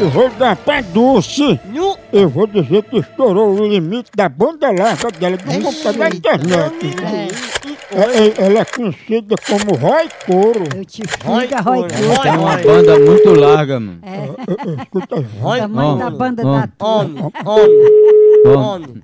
Eu vou dar pra Dulce. Nu. Eu vou dizer que estourou o limite da banda larga dela do computador da internet. É, é, ela é conhecida como Roy Couro. Eu te fico, Roy Roy, É uma Roy. banda muito larga, mano. É, é, Escuta aí. Roy. Tamanho da Homem, banda homem. da tua. Homem, homem, Ó, homem.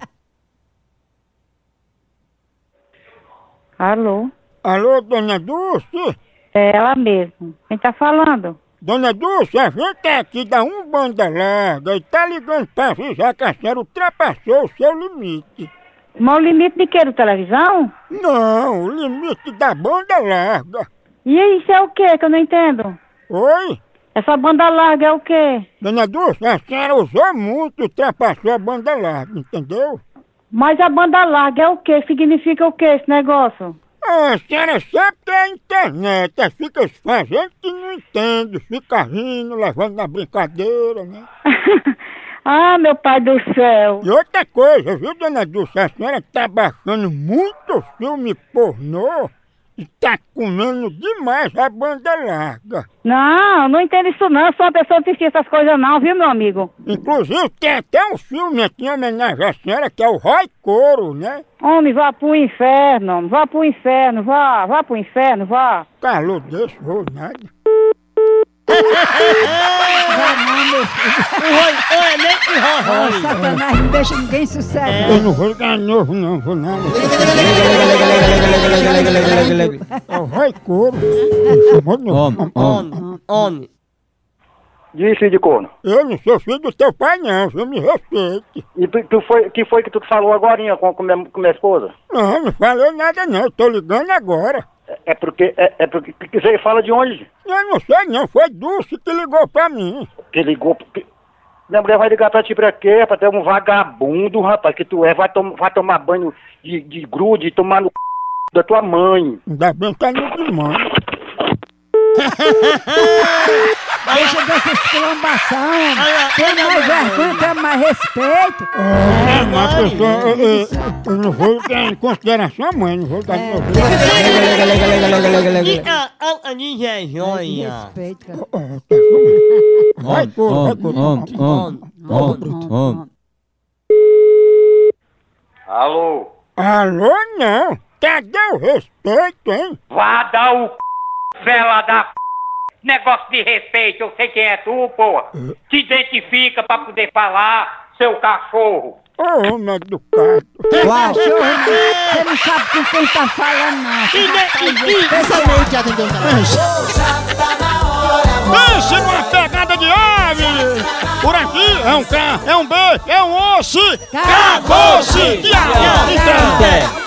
Alô? Alô, dona Dulce? É ela mesmo. Quem tá falando? Dona Dulce, a gente é aqui da um banda larga e tá ligando pra avisar que a senhora ultrapassou o seu limite. Mas o limite de que? Do televisão? Não, o limite da banda larga. E isso é o que que eu não entendo? Oi? Essa banda larga é o quê? Dona Dulce, a senhora usou muito, ultrapassou a banda larga, entendeu? Mas a banda larga é o quê? Significa o quê esse negócio? Ah, a senhora sabe que é a internet, aí fica se fazendo que não entende, fica rindo, levando na brincadeira, né? ah, meu pai do céu. E outra coisa, viu, dona Dulce, a senhora tá baixando muito filme pornô e tá comendo demais a banda larga. Não, eu não entendo isso não. Eu sou uma pessoa que assistir essas coisas não, viu, meu amigo? Inclusive tem até um filme aqui em homenagem à senhora que é o Roy Couro, né? Homem, vá pro inferno, homem. Vá pro inferno, vá. Vá pro inferno, vá. Calor desse, vou nada. O Roy, é nem que Ô, Roy, Roy. Satanás, não deixa ninguém sossegar. Eu não vou ligar novo, não, vou nada. É o Roy Couro. Ele chamou de novo. Homem, homem. Homem, homem. Disse de corno. Eu não sou filho do teu pai, não, viu? Me respeite. E tu, tu foi, que foi que tu falou agora com, com, minha, com minha esposa? Não, não falei nada, não. Eu tô ligando agora. É, é porque. É, é porque. que- que Você fala de onde? Eu não sei, não. Foi Dulce que ligou pra mim. Que ligou. Que... Minha mulher vai ligar pra ti pra quê, rapaz? Tu é um vagabundo, rapaz, que tu é. Vai, tom, vai tomar banho de, de grude, tomar no c... da tua mãe. Ainda bem que tá no demônio. Deixa dessas Aí, clambação. ó, Tem ele é o mais Roy. vergonha, tem mais respeito. É, mas pessoa, eu, eu- eu não vou dar em consideração a mãe, não vou dar em consideração. E a alta ninja é Que joia. respeito, cara. Vai, Homem, couro, vai, homem, couro. homem, homem, homem, homem. Alô? Alô, não. Cadê o respeito, hein? Vá dar o c... vela da c... Negócio de respeito, eu sei quem é tu, porra. Te identifica pra poder falar, seu cachorro. Ô, homem educado. Cachorro, né? você não sabe com quem tá falando, não. Pense numa pegada de ave! Por aqui é um K, é um B, é um osso! Acabou-se! Diabo!